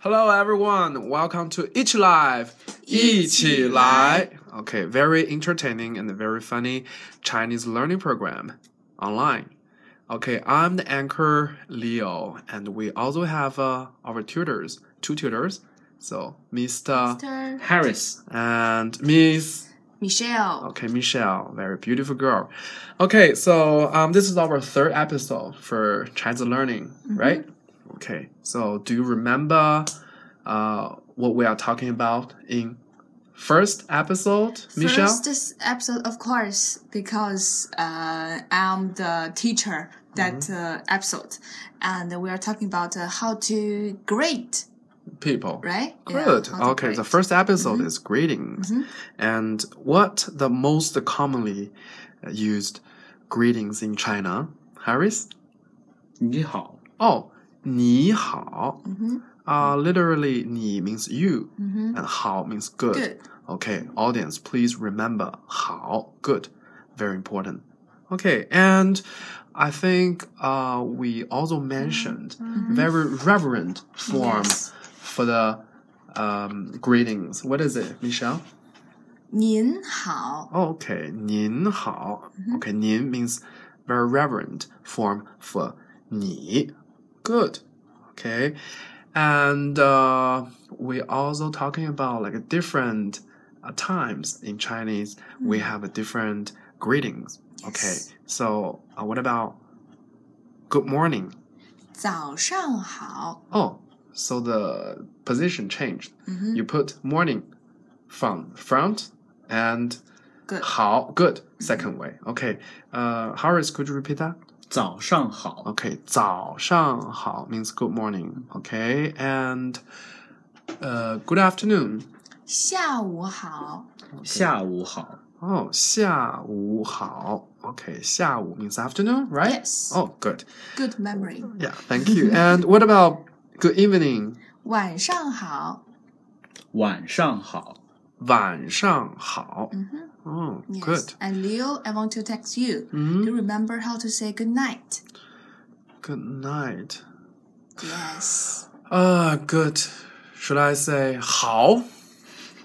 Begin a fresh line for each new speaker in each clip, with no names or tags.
Hello everyone, welcome to Each Life，一起来。Okay, very entertaining and very funny Chinese learning program online. Okay, I'm the anchor Leo, and we also have uh, our tutors, two tutors, so Mr.
Mr.
Harris，
and Miss.
Michelle，
Okay, Michelle, very beautiful girl. Okay, so um, this is our third episode for Chinese learning,
Mm-hmm.
right? Okay, so do you remember uh, what we are talking about in first episode, Michelle?
first this episode, of course, because uh, I'm the teacher that
Mm-hmm.
uh, episode, and we are talking about uh, how to grade,
People.
right? Yeah,
Good.
how to
okay, the
grade.
first episode
Mm-hmm.
is greetings.
Mhm.
And what the most commonly used greetings in China, Harris?
你好，
Oh, 你好.
Mhm,
Uh, literally, 你 means you.
mhm.
and 好 means good.
Good.
Okay, audience, please remember 好 good, very important. Okay, and I think uh, we also mentioned very reverent form
Mm-hmm. Yes.
for the um, greetings. What is it, Michelle?
您好，
Okay, 您好.
Mhm.
Okay, 您 means very reverent form for 你. Good. Okay. And uh, we also talking about like different uh, times in Chinese. We have a different greetings. Okay.
Yes.
So uh, what about good morning?
早上好，
Oh, so the position changed.
嗯哼
You put morning from front and
，Good，
好 good second way. Okay. Uh, Harris, could you repeat that?
早上好，
Okay. 早上好 means good morning. Okay. And uh, good afternoon.
下午好，
下午好，
Oh, 下午好. Okay. 下午 means afternoon, right?
Yes.
Oh, good.
Good memory.
Yeah. Thank you. and what about good evening?
晚上好，
晚上好，
晚上好.
嗯哼
Mm-hmm.
Oh,
yes.
good. Mm-hmm.
And Leo, I want to text you. Do
嗯
you remember how to say good night?
Good night.
Yes.
Uh, good. Should I say 好?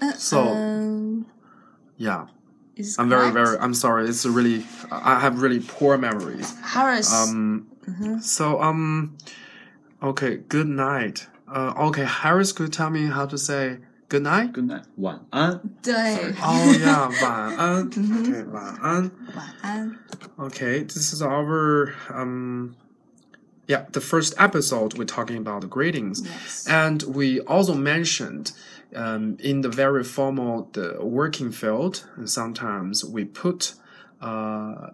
Uh,
So-
um,
Yeah.
is
I'm very,
correct?
very. I'm sorry. It's really. I I have really poor memories.
Harris.
Um.
Mhm.
So um. Okay. Good night. Uh. Okay. Harris could tell me how to say good night.
Good night，晚安，
对，
Oh yeah. 晚安. Okay. 晚安.
晚安。
Okay. This is our um. Yeah. The first episode we're talking about the greetings.
Yes.
And we also mentioned um, in the very formal the working field, and sometimes we put uh,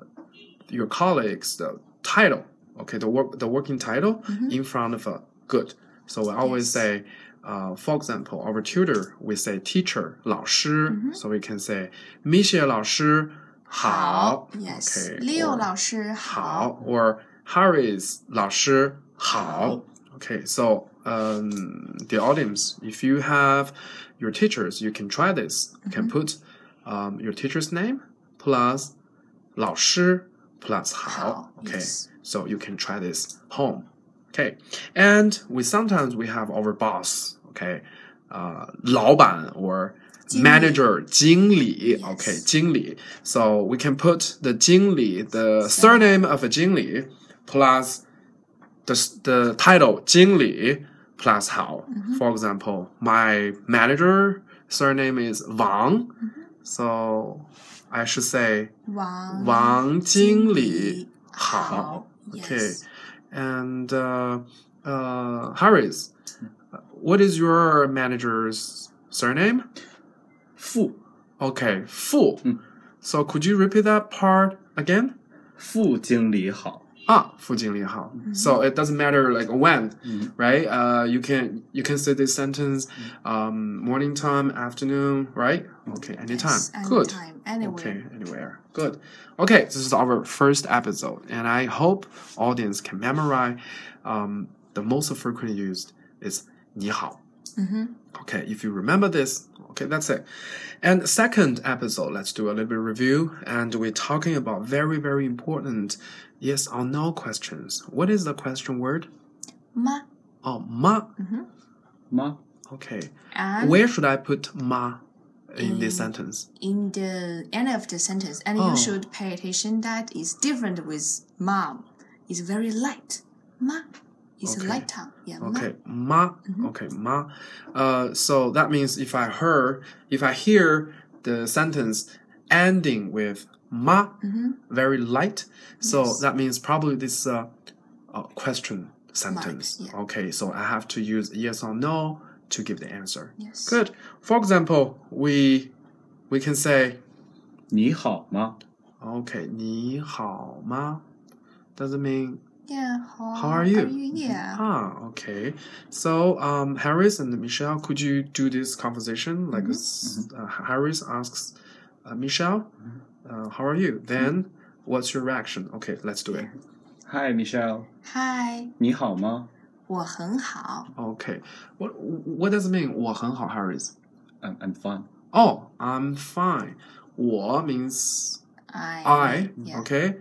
your colleagues the title, okay, the work the working title in front of a good. So I always
Mm-hmm. Yes.
say, uh, for example, our tutor we say teacher 老师,
Mm-hmm.
so we can say Michelle 老师好
，Yes.
okay,
Leo
or-
老师
好 or Harry's 老师好。Okay, so um, the audience, if you have your teachers, you can try this. You
Mm-hmm.
can put um, your teacher's name plus 老师 plus 好.
好
Okay,
yes.
so you can try this home. Okay, and we sometimes we have our boss. Okay, uh, 老板 or
经理。
manager 经理
Yes.
okay 经理 so we can put the 经理 the
Surname.
surname of a 经理 plus the s- the title 经理 plus how
Mm-hmm。
for example my manager surname is Wang
Mm-hmm。
so I should say
王
王经理
理
好 okay
Yes.
and uh, uh, Harris what is your manager's surname
付
Okay, full.
Mm.
So could you repeat that part again?
副经理好，
Ah, 副经理好.
Mm-hmm.
So it doesn't matter like when,
Mhm.
right? Uh, you can you can say this sentence, um, morning time, afternoon, right? Okay, anytime.
Yes,
Good.
anytime, anywhere.
Okay, anywhere. Good. Okay, this is our first episode, and I hope audience can memorize. Um, the most frequently used is 你好.
嗯哼
Okay, if you remember this, okay, that's it. And second episode, let's do a little bit review, and we're talking about very, very important yes or no questions. What is the question word?
妈，
Oh, ma.
嗯哼
吗？
Okay.
And
Where should I put ma in this sentence?
in the end of the sentence, and
Oh.
you should pay attention that is different with mom. It's very light. Ma is
Okay.
a light tongue. Yeah, ma. Mm-hmm.
Okay, ma. Okay, ma. Uh, so that means if I heard, if I hear the sentence ending with ma,
Mhm.
very light. So
Yes.
that means probably this uh, uh, question sentence.
yeah.
Okay, so I have to use yes or no to give the answer.
Yes.
Good. For example, we we can say
你好吗？
okay, 你好吗? Doesn't mean
Yeah. How,
how are you?
Yeah.
Ah, okay. So, um, Harris and Michelle, could you do this conversation? Like,
Mhm.
s- uh, Harris asks uh, Michelle,
Mm-hmm.
uh, "How are you?" Then, what's your reaction? Okay, let's do it.
Hi Michelle，
Hi，
你好吗？
我很好。
Okay. What What does it mean? 我很好, Harris.
I'm I'm fine.
Oh, I'm fine. 我 means
I.
I.
Yeah.
Okay.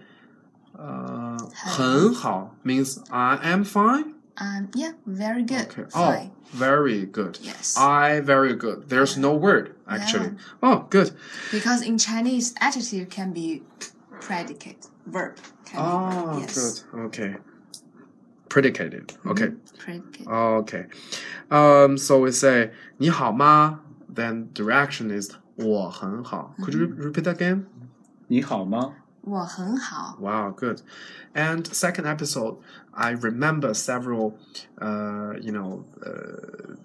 Uh,
很好。
很好 means I am fine.
Um. Yeah. Very good.
Okay.
Fine.
Oh, very good.
Yes.
I very good. There's no word actually. Oh, good.
Because in Chinese, adjective can be predicate, verb. Can
Oh,
be, yes. Mm-hmm.
good. Okay. Predicated. Okay. Uh。Ah,
Predicate.
Okay. Um. So we say 你好吗? Then the reaction is 我很好. Could you re- repeat that again?
你好吗？
我很好。
Wow, good. And second episode, I remember several, uh, you know, uh,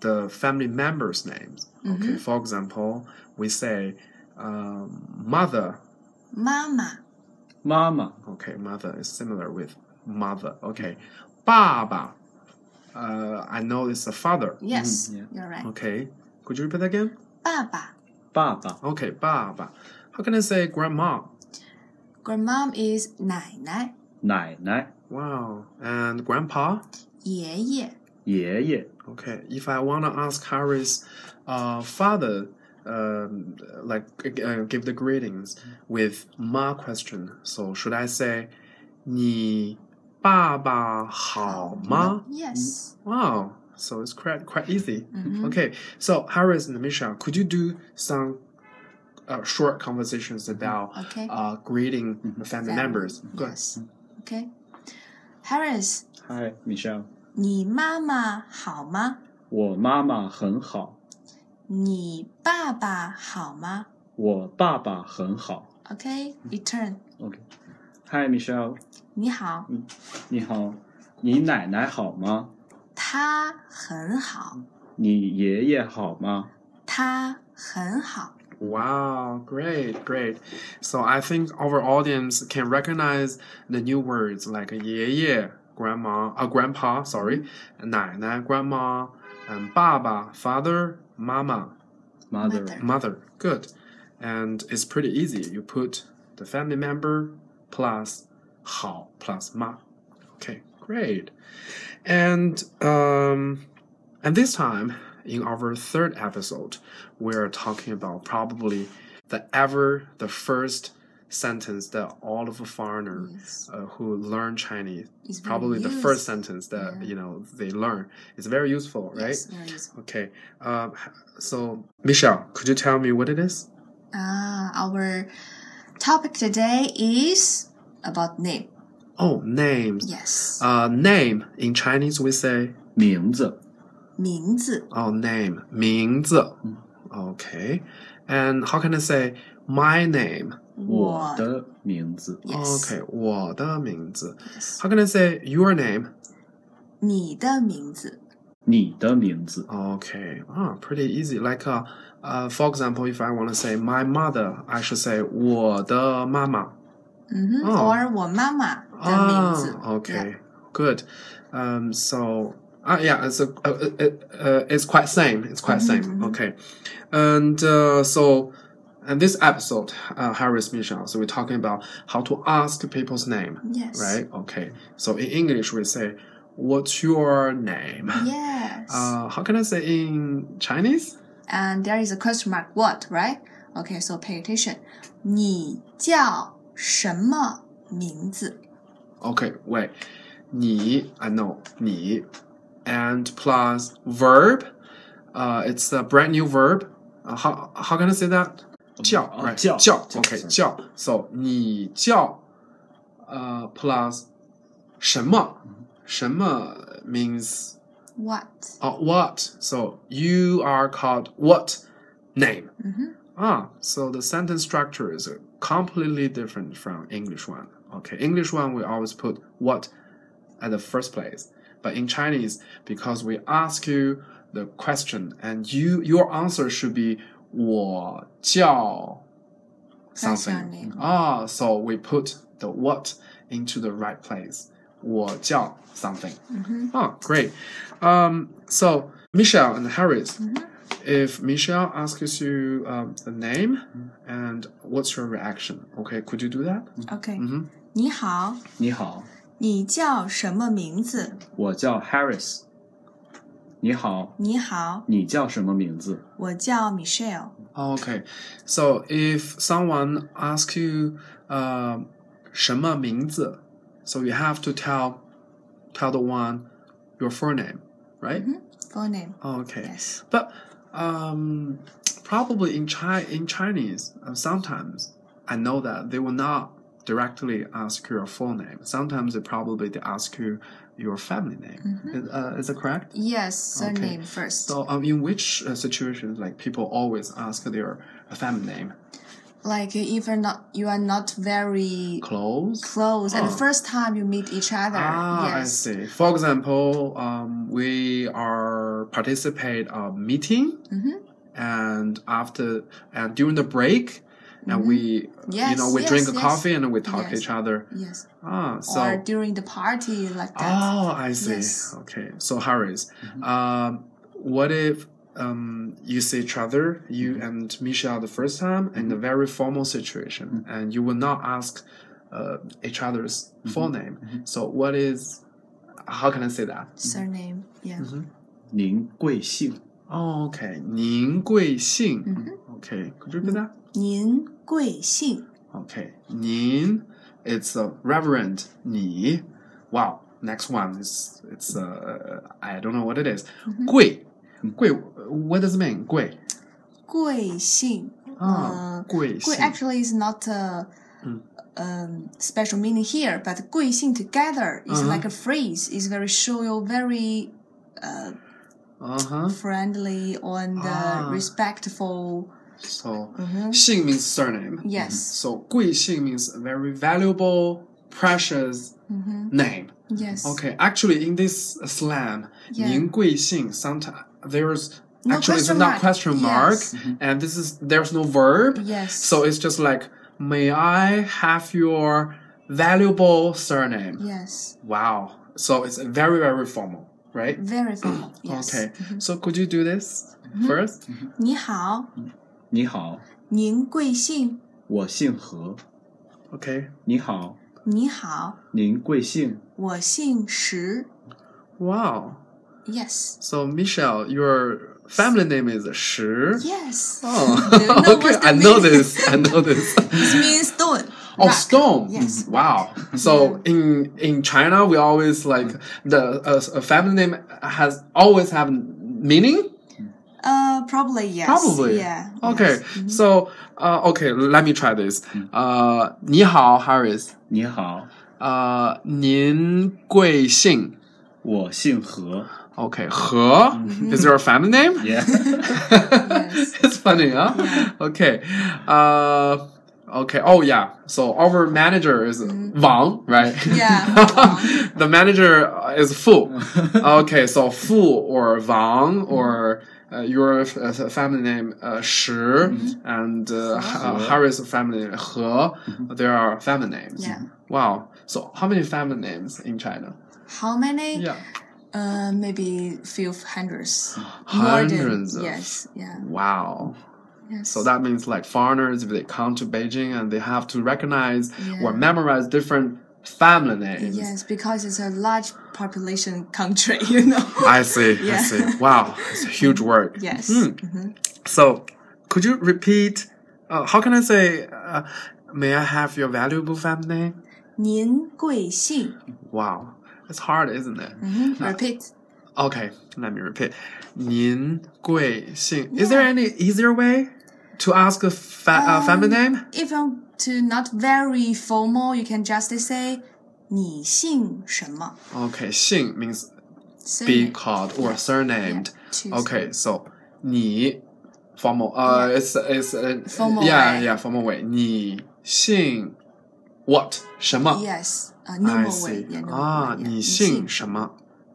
the family members' names. Okay, for example, we say um, mother.
妈妈。
妈妈，
Okay, mother is similar with mother. Okay, baba. Uh, I know it's the father.
Yes,
Mm,
you're right.
Okay, could you repeat that again?
爸爸。
爸爸，
Okay, baba. How can I say grandma?
Grandmom is 奶奶，
奶奶，
Wow, and grandpa.
爷爷。
爷爷，
Okay, if I wanna ask Harry's uh, father, um, like uh, give the greetings with ma question, so should I say 你爸爸好吗?
Yes.
Wow, so it's quite quite easy.
Mhm.
Okay, so Harry's and Michelle, could you do some uh, short conversations about
Okay.
uh, greeting family
Family,
members? Good.
Yes. Okay. Harris,
Hi Michelle，
你妈妈好吗？
我妈妈很好，
你爸爸好吗？
我爸爸很好。
Okay, return.
OK。Hi Michelle，
你好，
你好，你奶奶好吗？
他很好，
你爷爷好吗？
他很好。
Wow, great, great. So I think our audience can recognize the new words like 爷爷, grandma, uh, grandpa, sorry, 奶奶, grandma, and 爸爸, father, mama,
Mother，
Mother
mother. Good. And it's pretty easy. You put the family member plus 好 plus 妈. Okay, great. And um, and this time in our third episode, we are talking about probably the ever the first sentence that all of a foreigner
Yes.
uh, who learn Chinese
It's very
probably the
used.
first sentence that
Mm, Yeah.
you know they learn. It's very useful, right?
Yes, very useful.
Okay. Um, so, Michelle, could you tell me what it is?
Ah, our topic today is about name.
Oh, names.
Yes.
Uh, name in Chinese we say
名字，
名字,
oh name 名字. Okay. And how can I say my name?
我的名字，
Yes.
Okay, 我的名字.
Yes.
How can I say your name?
你的名字.
你的名字，
Okay. Oh, pretty easy. Like uh, uh, for example, if I want to say my mother, I should say 我的妈妈.
Mhm.
Oh.
Or 我妈妈的名字.
Ah, okay, good. Um, so ah, yeah, it's a, uh, uh, uh, it's quite same. It's quite
Mm-hmm.
same. Okay, and uh, so and this episode, uh, Harris Michelle. So we're talking about how to ask people's name,
Yeah. Yes.
right? Okay. So in English, we say, "What's your name?"
Yes.
Uh, how can I say in Chinese?
and there is a question mark what, right? Okay, so pay attention. 你叫什么名字?
Okay, wait. 你 I know 你 and plus verb. Uh, it's a brand new verb. Uh, how how can I say that? 叫
Oh,
right?
叫
叫
叫
okay
sorry
叫 so 你叫呃 plus 什么什么 means
What?
uh, what so you are called what name
Mhm.
ah so the sentence structure is completely different from english one okay english one we always put what at the first place but in chinese because we ask you the question and you your answer should be 我叫 something
That's your name.
ah so we put the what into the right place 我叫 something
Mhm.
Oh, great. Um, so, Michelle and Harris,
Mhm.
if Michelle asks you um, the name and what's your reaction? Okay, could you do that?
Okay.
Mhm.
你好，
你好，
你叫什么名字？
我叫 Harris。你好，
你好，
你叫什么名字？
我叫 Michelle。
Okay. So, if someone asks you um, 什么名字, so you have to tell tell the one your full name, right?
Full name?
Okay.
Yes.
But um, probably in Chi in Chinese, uh, sometimes I know that they will not directly ask your full name. Sometimes they probably they ask you your family name.
Mhm.
Is- Uh, is that correct?
Yes. Surname first.
So um, in which uh, situations like people always ask their family name?
Like if you're not, you are not very
Close.
close at
Oh.
the first time you meet each other.
Ah, I
yes.
see. For example, um, we are participate a meeting,
Mhm.
and after and during the break, and
Mhm.
we
Yes.
you know, we
yes,
drink a
yes.
coffee and we talk to
Yes.
each other.
Yes.
Ah,
or
so
during the party like that.
oh, I see.
Yes.
Okay, so Harris,
Mhm.
um, what if um you see each other, you
Mhm.
and Michelle the first time in a very formal situation, and you will not ask uh, each other's full name.
Mhm.
So what is? How can I say that?
Surname. Yeah.
您贵姓？
Oh, okay, 您贵姓.
Mhm.
Okay, could you repeat that?
您贵姓?
Okay, 您 it's a reverend 你. Wow, next one is it's uh I don't know what it is.
Mm-hmm.
贵贵 what does it mean? Ah, 贵
贵姓?
啊
呃，
贵
Gui
姓
Uh, actually is not a
Mm.
um, special meaning here, but 贵姓 together is
Uh-huh.
like a phrase. It's very sure, very uh,
嗯哼
friendly and uh,
Uh-huh. Ah. Mm-hmm.
respectful.
So
Mhm.
姓 means surname.
Yes.
So 贵姓 means a very valuable, precious
Mhm.
name.
Yes.
Mm-hmm. Okay, actually in this slang,
Yeah.
您贵姓 sometimes there's
No
actually it's
question
not
mark.
question mark,
Yes.
and this is there's no verb.
Yes.
So it's just like, may I have your valuable surname?
yes.
Wow. So it's very, very formal, right?
Very formal. yes. Mm-hmm.
Okay. So could you do this first?
你好，我姓何。
Okay.
你好，
你好，您贵姓？你好，我姓石。
您贵姓？
Wow.
Yes.
So Michelle, your family name is Shi.
Yes.
Oh,
Do you know
okay.
what's the
I know
meaning?
this. I know this.
It means stone.
Oh,
rock.
stone.
Yes.
Mhm. Wow. So in in China, we always like the uh, a family name has always have meaning.
Uh, probably yes.
Probably.
Yeah.
Okay,
yes. Mhm.
so uh, okay, let me try this.
Mm.
Uh, 你好 Harris.
你好，
Uh, 您贵姓?
我姓何。
Okay, 何 is your family name?
Yeah.
Mm-hmm. Yes.
it's funny, huh?
Yeah.
Okay. Uh, okay. Oh yeah. So our manager is Wang, right?
Mm-hmm. Yeah, Uh-huh. Wang.
the manager uh, is Fu. okay, so Fu or Wang or uh, your uh, family name uh, Shi
Mm-hmm.
and uh, Ha-
He.
Harry's family name He. There are family names.
Yeah.
Wow. So how many family names in China?
How many?
Yeah.
Uh, maybe few hundreds.
Hundreds
More
of-
than, Yes. Yeah.
Wow.
Yes.
So that means like foreigners, if they come to Beijing and they have to recognize or
Yeah.
memorize different family names.
Yes, because it's a large population country, you know.
I see. I
Yeah.
see. Wow, it's a huge work.
yes.
Hmm.
Mhm.
So, could you repeat? Uh, how can I say? Uh, may I have your valuable family name?
您贵姓？
Wow, it's hard, isn't it? Hmm.
Mhm. Mm-hmm. Repeat.
Okay, let me repeat. 您贵姓. Is there any easier way to ask a fa- uh,
Um,
family name?
If you want to not very formal, you can just say 你姓什么?
Okay, 姓 means be
Surname.
called or surnamed.
Choose.
Okay, so 你 formal. Uh, it's it's uh,
Formal
Yeah,
way.
yeah, formal way. 你姓 what 什么?
Yes, uh,
啊 I
normal way.
see.
Yeah, normal
Ah,
way, yeah.
你姓什么?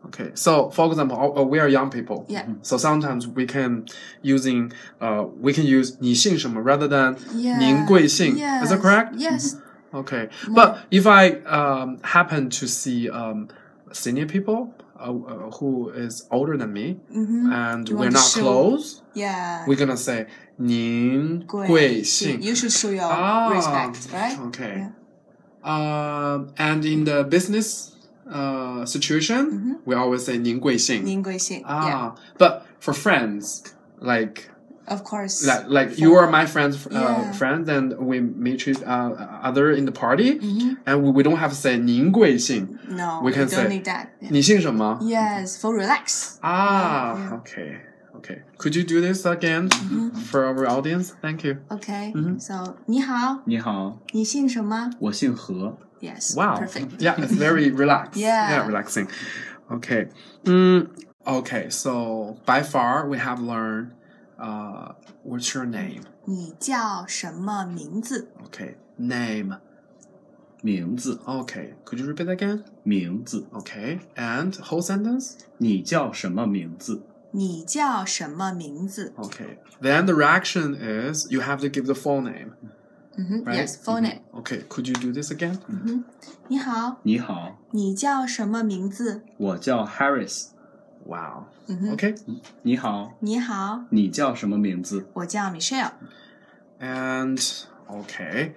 Okay, so for example, uh, uh, we are young people.
Yeah.
So sometimes we can using uh we can use 你姓什么 rather than
Yeah.
您贵姓. Is that
Yes,
correct?
Yes. 嗯
Okay.
More-
But if I um happen to see um senior people uh, uh, who is older than me
hmm
and
You
we're
want to
not
show-
close,
Yeah.
we're gonna say 您贵姓. Ah，
You should show your respect, right?
Okay. Um, and in the business uh, situation,
Mhm.
we always say 您贵姓.
您贵姓.
ah,
Yeah.
but for friends, like
Of course.
like like you are my friends, uh,
Yeah.
friends, and we meet each uh, other in the party,
Mhm.
and we, we don't have to say 您贵姓.
No,
we can
you don't
say
need that. Yeah.
你姓什么?
Yes, for relax.
Ah,
Yeah.
okay, okay. Could you do this again for our audience? Thank you.
Okay.
Mhm.
Mm-hmm So 你好,
你好，
你姓什么?
我姓何。
Yes.
Wow.
Perfect.
Yeah, it's very relaxed.
Yeah.
relaxing. Okay. Mm, okay, so by far we have learned uh, what's your name?
你叫什么名字?
Okay, name.
名字，
Okay, could you repeat again?
名字，
Okay, and whole sentence?
你叫什么名字？
你叫什么名字?
Okay, then the reaction is you have to give the full name.
Mhm.
Right. Mm-hmm.
Yes, full name.
Okay, could you do this again?
你好，
你好,你叫什么名字?
我叫 Harris。
Wow.
Mhm.
Okay,
你好，你叫什么名字？
你好,我叫 Michelle.
and okay,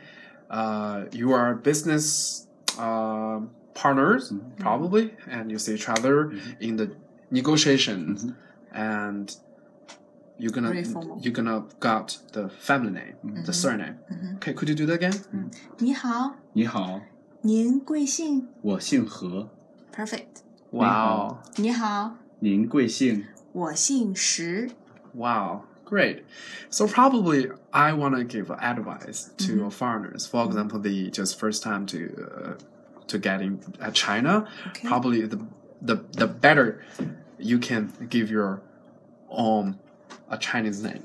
uh, you are business uh, partners
嗯
Mm-hmm.
probably, and you see each other
Mhm.
in the negotiations,
Mhm.
and you're gonna
Very formal.
you're gonna got the family name, the
Mhm.
surname.
Mhm.
Okay, could you do that again?
你好，
你好,您贵姓?
我姓何。
Perfect.
您贵姓？
你好,我姓石.
Mm-hmm. Wow, great. So probably I want to give advice to
Mhm.
foreigners. For example, the just first time to uh, to get in uh, China,
Okay.
probably the, the the better you can give your um a Chinese name.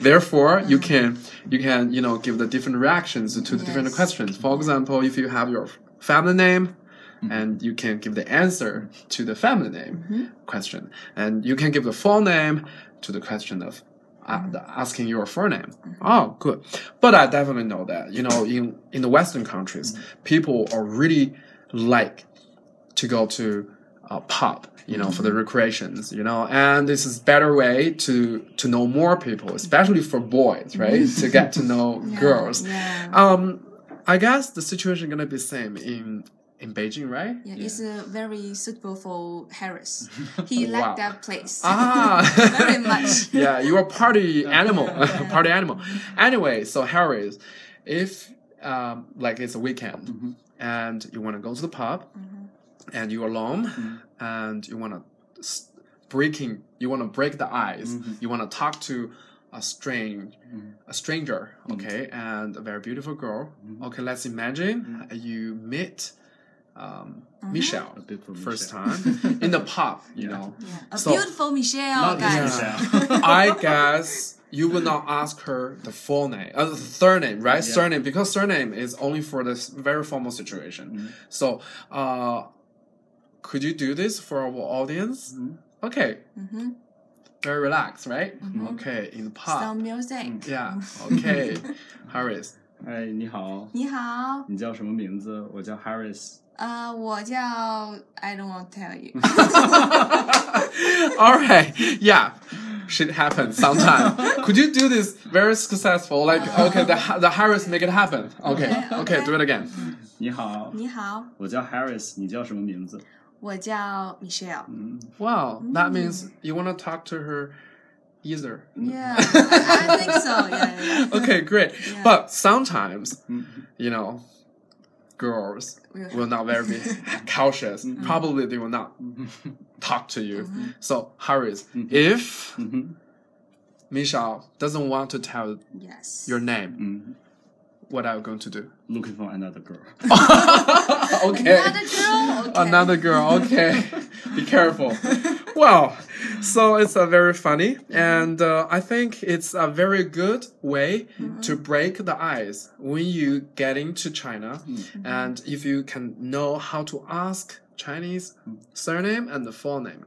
Therefore, you can you can you know give the different reactions to the different
Yes.
questions. For example, if you have your family name.
Mm-hmm.
And you can give the answer to the family name question, and you can give the full name to the question of uh, the asking your forename. Oh, good. But I definitely know that you know in in the Western countries, people are really like to go to a pub, you know, for the recreations, you know, and this is better way to to know more people, especially for boys, right? to get to know girls.
Yeah.
Um, I guess the situation gonna be same in in Beijing, right?
Yeah, it's uh, very suitable for Harris. He
Wow.
liked that place.
Ah,
Very much.
yeah, you are party animal,
Yeah.
party animal. Anyway, so Harris, if um, like it's a weekend
Mm-hmm.
Mhm.
and you want to go to the pub
Mhm.
and you're alone
Mm-hmm.
Mhm.
and you want to breaking, you want to break the ice,
Mm-hmm.
Mhm.
you want to talk to a strange,
Mhm.
a stranger,
Mm-hmm.
okay, and a very beautiful girl. Okay, let's imagine
Mm-hmm.
you meet um, Michelle
A beautiful
first
Michelle.
time in the pub, you know.
Uh-huh. Yeah. A
So-
beautiful Michelle,
Not
guys.
Yeah.
Michelle.
I guess you would not ask her the full name, uh, the surname, right?
Yeah.
Surname because surname is only for this very formal
嗯
situation. So, uh, could you do this for our audience?
Mhm.
Okay,
hmm
very relaxed, right?
Mhm.
Okay, in the pub.
Some music.
Mm,
Mm-hmm.
Yeah. Okay, Harris.
哎，你好，
你好，呃，我叫
你叫什么名字？我叫 Harris。
I don't want to tell you.
All right. Yeah. Shit happens sometime. Could you do this very successful? Like, okay, the, the Harris make it happen. Okay.
Okay,
Okay,
okay.
do it again.
你好，我叫 Harris，你叫什么名字？
你好，我叫 Michelle.
嗯，
Wow.
Mm.
That means you want to talk to her either.
嗯
Yeah, I I think so. Yeah, yeah. yeah.
Okay, great. But sometimes,
Mhm.
you know, girls
Will
will not very be cautious.
Mm-hmm.
Mhm.
Probably they will not talk to you.
Mhm.
So, Harris,
Mhm.
if
Mhm.
Michelle doesn't want to tell
Yes.
your name,
Mhm.
what are you going to do?
Looking for another girl.
okay.
Another girl. Okay.
Another girl. Okay. Be careful. Wow. So it's a very funny, and uh, I think it's a very good way to break the ice when you get into China,
嗯
and if you can know how to ask Chinese surname and the full name,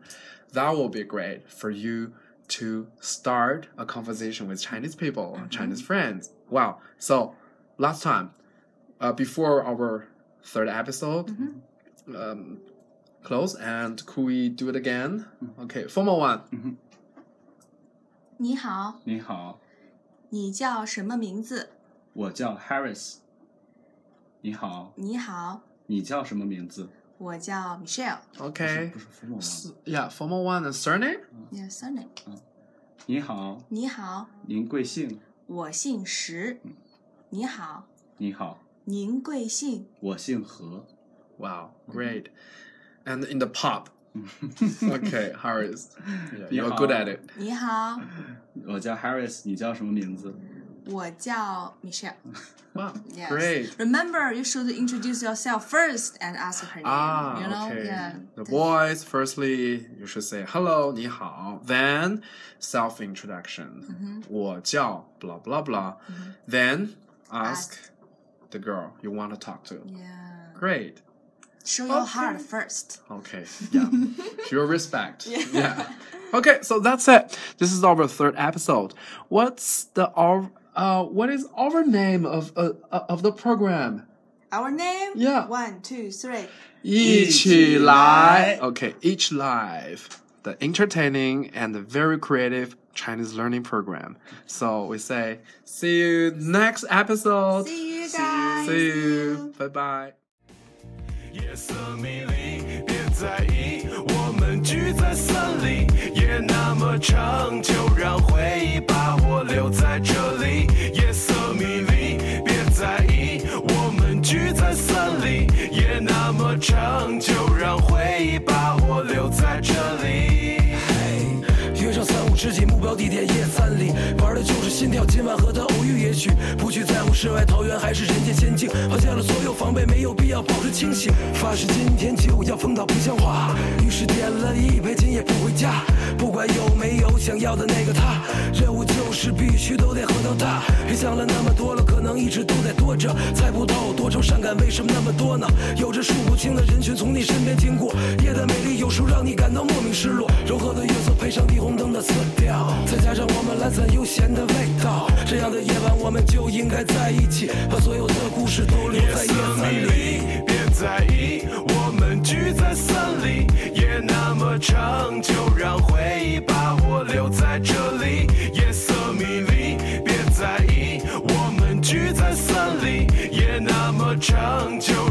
that will be great for you to start a conversation with Chinese people, Chinese friends. Wow. So last time, uh, before our third episode
Mhm.
um, close and could we do it again?
Mhm.
Okay, formal one.
你好，
你好，
你叫什么名字？
我叫 Harris。你好，
你好，
你叫什么名字？
我叫 Michelle。
Okay.
不是不是 formal
S-
吗？
Yeah, formal one and surname?
Your surname？
你好，
你好，
您贵姓？
我姓石。你好，
你好，
您贵姓？
我姓何。
Wow, great. And in the pop.
嗯
Okay, Harris. Yeah,
你
you're
好
good at it.
你好，
我叫 Harris，你叫什么名字？
我叫 Michelle。
Wow,
Yes.
great.
Remember, you should introduce yourself first and ask her name.
Ah,
you know,
okay.
yeah.
The boys, firstly, you should say hello, 你好. Then, self introduction.
嗯
我叫 blah blah blah.
哼
Then, ask the girl you want to talk to.
Yeah.
Great.
Show your
Okay.
heart first.
Okay, yeah. Pure respect.
Yeah.
yeah. Okay, so that's it. This is our third episode. What's the our uh what is our name of uh, uh, of the program?
Our name?
Yeah.
One, two, three.
一起来. Okay, each live. The entertaining and the very creative Chinese learning program. So we say see you next episode.
See you guys.
See you. Bye bye.
夜色迷离，别在意，我们聚在森林，夜那么长，就让回忆把我留在这里。夜色迷离，别在意，我们聚在森林，夜那么长，就让回忆把我留在这里。
约上三五知己，目标地点夜三里，玩的就是心跳。今晚和他偶遇，也许不去在乎世外桃源还是人间仙境，抛下了所有防备，没有必要保持清醒。发誓今天就要疯到不像话，于是点了一杯，今夜不回家。不管有没有想要的那个他，任务就是必须都得喝到大。别想了那么多了，可能一直都在躲着，猜不透多愁善感为什么那么多呢？有着数不清的人群从你身边经过，夜的美丽有时候让你感到莫名失落。柔和的月色配上霓虹灯的色调，再加上我们懒散悠闲的味道，这样的夜晚我们就应该在一起，把所有的故事都留
夜
在
色
夜三
迷
里。
离，别在意，我们聚在森林，夜那么长，就让回忆把我留在这里。夜色迷离，别在意，我们聚在森林，夜那么长，就